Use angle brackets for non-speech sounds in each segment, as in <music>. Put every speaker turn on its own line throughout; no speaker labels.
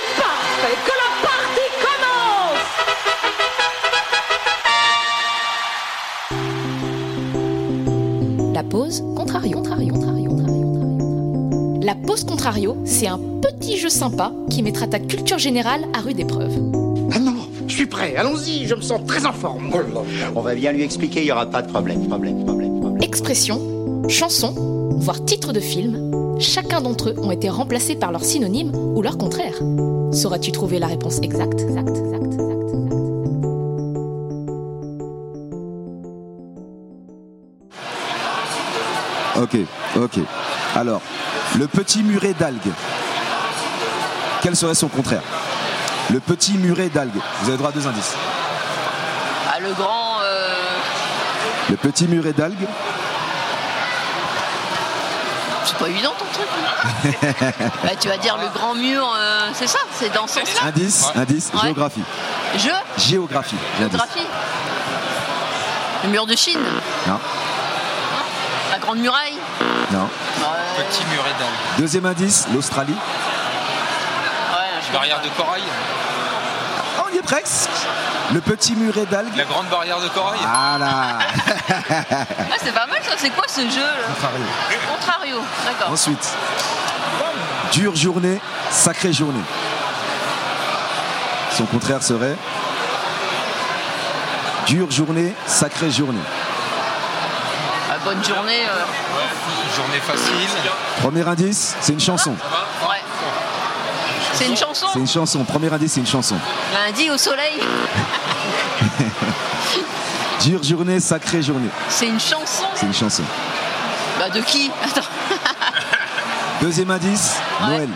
et que le parti commence
La pause contrario. contrario, contrario, contrario, contrario. La pause contrario, c'est un petit jeu sympa qui mettra ta culture générale à rude épreuve.
Ah non, je suis prêt, allons-y, je me sens très en forme.
On va bien lui expliquer, il n'y aura pas de problème, problème, problème, problème.
Expressions, chansons, voire titres de films, chacun d'entre eux ont été remplacés par leur synonyme ou leur contraire. Sauras-tu trouver la réponse exacte exacte, exacte, exacte, exacte
Ok, ok. Alors, le petit muret d'algues. Quel serait son contraire Le petit muret d'algues. Vous avez droit à deux indices.
Ah, le grand. euh,
Le petit muret d'algues,
C'est pas évident ton truc. hein.
<laughs>
bah, tu vas dire le grand mur, euh, c'est ça, c'est dans ce sens-là.
indice, indice,
Ouais.
géographie.
Je
Géographie. l'indice.
Géographie. Le mur de Chine,
Non,
la grande muraille.
non.
Euh,
Petit muret d'algues.
Deuxième indice, l'Australie.
ouais, je-
Barrière de corail.
Ah, on y est presque. Le petit muret d'algues.
La grande barrière de corail.
<laughs>
Voilà.
Ah, c'est pas mal ça, c'est quoi ce jeu là Contrario, d'accord.
Ensuite, dure journée, sacrée journée. Son contraire serait dure journée, sacrée journée.
Ah, bonne journée. euh,
Journée facile.
Premier indice, c'est une chanson.
Ah, ouais. C'est une chanson.
C'est une chanson. Premier indice, c'est une chanson.
Lundi au soleil.
Dure journée, sacrée journée.
C'est une chanson.
C'est une chanson.
Bah de qui Attends. <laughs>
Deuxième indice,
Ouais.
Noël.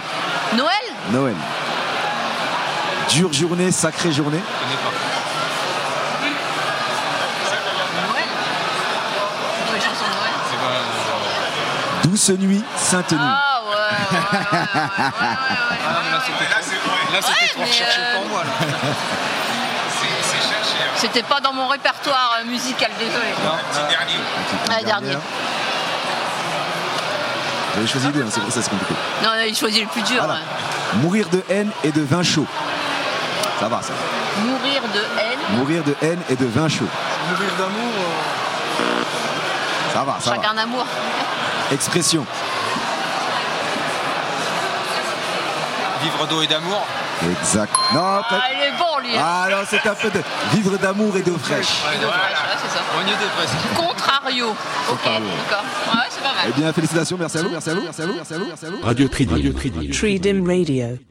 Noël
Noël. Dure journée, sacrée journée.
Je connais pas.
Noël. C'est quoi les chansons de
<laughs>
Noël
C'est pas- euh, genre-
Douce nuit, sainte nuit.
Ah ouais, ouais, ouais, ouais, ouais, ouais, ouais,
Ah non, mais là,
ouais,
c'était trop- là,
Ouais,
c'était trop
mais,
recherché
euh,
pour moi. là.
ouais. C'était pas dans mon répertoire euh, musical, désolé.
Non, euh,
Ah, dernier.
J'avais choisi deux, hein, c'est pour ça que c'est compliqué.
Non, il choisit le plus dur. hein.
Voilà.
ouais.
Mourir de haine et de vin chaud. Ça va, ça.
Mourir de haine,
Mourir de haine et de vin chaud.
Mourir d'amour. euh,
Ça va, ça
chacun d'amour.
va. Expression.
Vivre d'eau et d'amour.
Exact. Non,
Ah,
peut-
il est bon, lui. hein.
Ah non, c'est un peu de vivre d'amour et d'eau fraîche.
Il est dommage, ouais, c'est ça.
On y était presque.
Contrario. Ok, d'accord. Ouais, c'est pas mal.
Eh bien, félicitations, merci à vous, merci à vous, merci à vous, merci à vous, merci à vous.
Radio Tridim. Radio Tridim.
Freedom Radio.